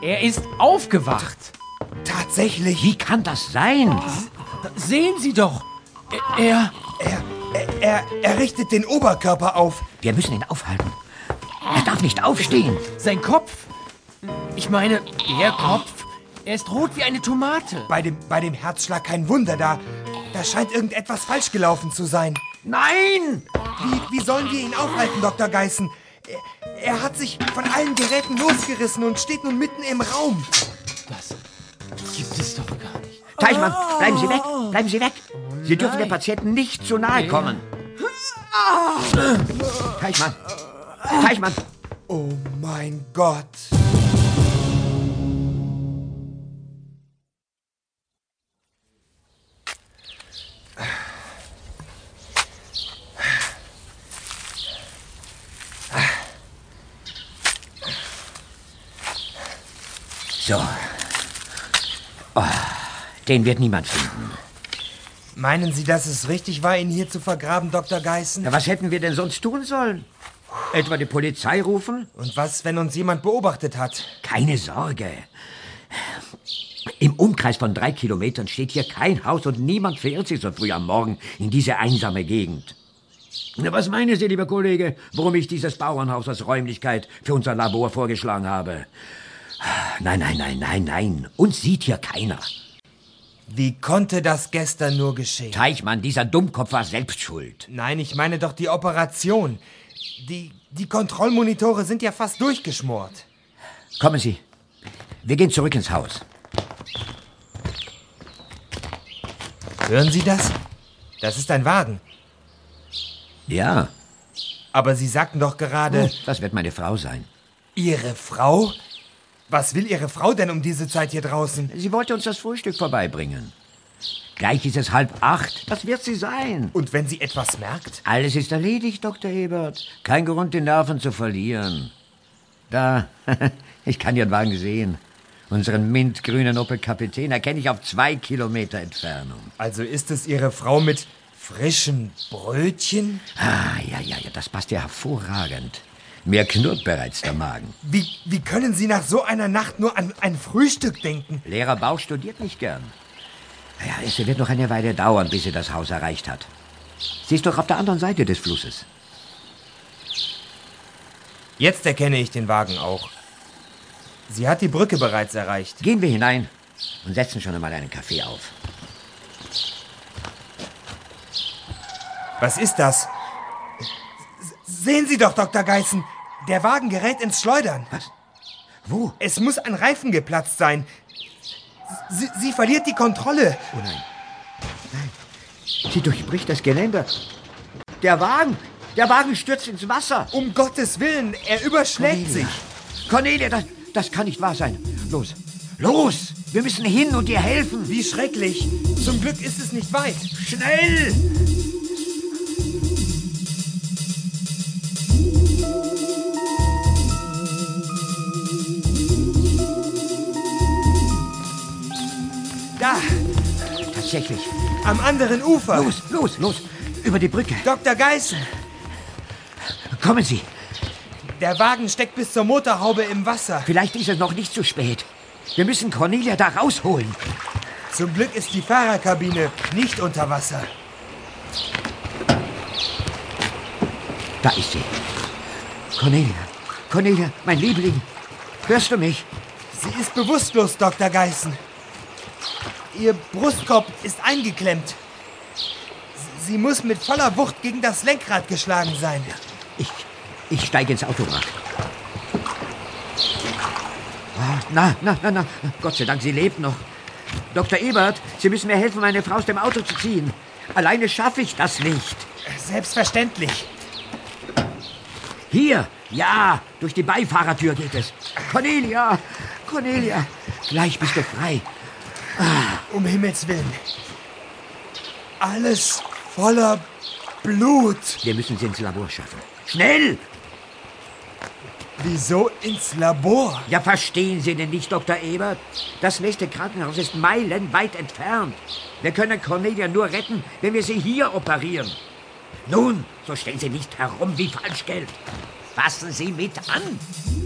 Er ist aufgewacht. Tatsächlich. Wie kann das sein? Sehen Sie doch. Er. Er, er, er, er richtet den Oberkörper auf. Wir müssen ihn aufhalten. Er darf nicht aufstehen. Sein Kopf. Ich meine, der Kopf. Er ist rot wie eine Tomate. Bei dem, bei dem Herzschlag kein Wunder da. Da scheint irgendetwas falsch gelaufen zu sein. Nein! Wie, wie sollen wir ihn aufhalten, Dr. Geißen? Er, er hat sich von allen Geräten losgerissen und steht nun mitten im Raum. Das gibt es doch gar nicht. Teichmann, bleiben Sie weg! Bleiben Sie weg! Sie dürfen dem Patienten nicht zu nahe kommen. Teichmann! Teichmann! Oh mein Gott. So. Oh, den wird niemand finden. Meinen Sie, dass es richtig war, ihn hier zu vergraben, Dr. Geißen? Na, was hätten wir denn sonst tun sollen? Etwa die Polizei rufen? Und was, wenn uns jemand beobachtet hat? Keine Sorge. Im Umkreis von drei Kilometern steht hier kein Haus und niemand verirrt sich so früh am Morgen in diese einsame Gegend. Na, was meinen Sie, lieber Kollege, warum ich dieses Bauernhaus als Räumlichkeit für unser Labor vorgeschlagen habe? Nein, nein, nein, nein, nein. Uns sieht hier keiner. Wie konnte das gestern nur geschehen? Teichmann, dieser Dummkopf war selbst schuld. Nein, ich meine doch die Operation. Die, die Kontrollmonitore sind ja fast durchgeschmort. Kommen Sie. Wir gehen zurück ins Haus. Hören Sie das? Das ist ein Wagen. Ja, Aber Sie sagten doch gerade, das wird meine Frau sein. Ihre Frau? Was will Ihre Frau denn um diese Zeit hier draußen? Sie wollte uns das Frühstück vorbeibringen. Gleich ist es halb acht. Das wird sie sein. Und wenn sie etwas merkt? Alles ist erledigt, Dr. Ebert. Kein Grund, die Nerven zu verlieren. Da, ich kann Ihren Wagen sehen. Unseren mintgrünen Opel Kapitän erkenne ich auf zwei Kilometer Entfernung. Also ist es Ihre Frau mit frischen Brötchen? Ah, ja, ja, ja, das passt ja hervorragend. Mir knurrt bereits der Magen. Wie, wie können Sie nach so einer Nacht nur an ein Frühstück denken? Lehrer Bauch studiert nicht gern. Naja, es wird noch eine Weile dauern, bis sie das Haus erreicht hat. Sie ist doch auf der anderen Seite des Flusses. Jetzt erkenne ich den Wagen auch. Sie hat die Brücke bereits erreicht. Gehen wir hinein und setzen schon einmal einen Kaffee auf. Was ist das? S sehen Sie doch, Dr. Geißen. Der Wagen gerät ins Schleudern. Was? Wo? Es muss ein Reifen geplatzt sein. Sie, sie verliert die Kontrolle. Oh nein. Nein. Sie durchbricht das Geländer. Der Wagen! Der Wagen stürzt ins Wasser! Um Gottes Willen, er überschlägt sich. Cornelia, das, das kann nicht wahr sein. Los! Los! Wir müssen hin und ihr helfen! Wie schrecklich. Zum Glück ist es nicht weit. Schnell! Da, Tatsächlich. am anderen Ufer. Los, los, los! Über die Brücke. Dr. Geißen, Kommen Sie! der Wagen steckt bis zur Motorhaube im Wasser. Vielleicht ist es noch nicht zu spät. Wir müssen Cornelia da rausholen. Zum Glück ist die Fahrerkabine nicht unter Wasser. Da ist sie. Cornelia, Cornelia, mein Liebling, hörst du mich? Sie ist bewusstlos, Dr. Geißen. Ihr Brustkorb ist eingeklemmt. S- Sie muss mit voller Wucht gegen das Lenkrad geschlagen sein. Ich, ich steige ins Automat. Ah, Na, na, na, na, Gott sei Dank, sie lebt noch. Dr. Ebert, Sie müssen mir helfen, meine Frau aus dem Auto zu ziehen. Alleine schaffe ich das nicht. Selbstverständlich. Hier, ja, durch die Beifahrertür geht es. Cornelia, Cornelia, gleich bist du frei. Um Himmels Willen. Alles voller Blut. Wir müssen sie ins Labor schaffen. Schnell! Wieso ins Labor? Ja, verstehen Sie denn nicht, Dr. Ebert? Das nächste Krankenhaus ist meilenweit entfernt. Wir können Cornelia nur retten, wenn wir sie hier operieren. Nun, so stellen Sie nicht herum wie Falschgeld. Fassen Sie mit an.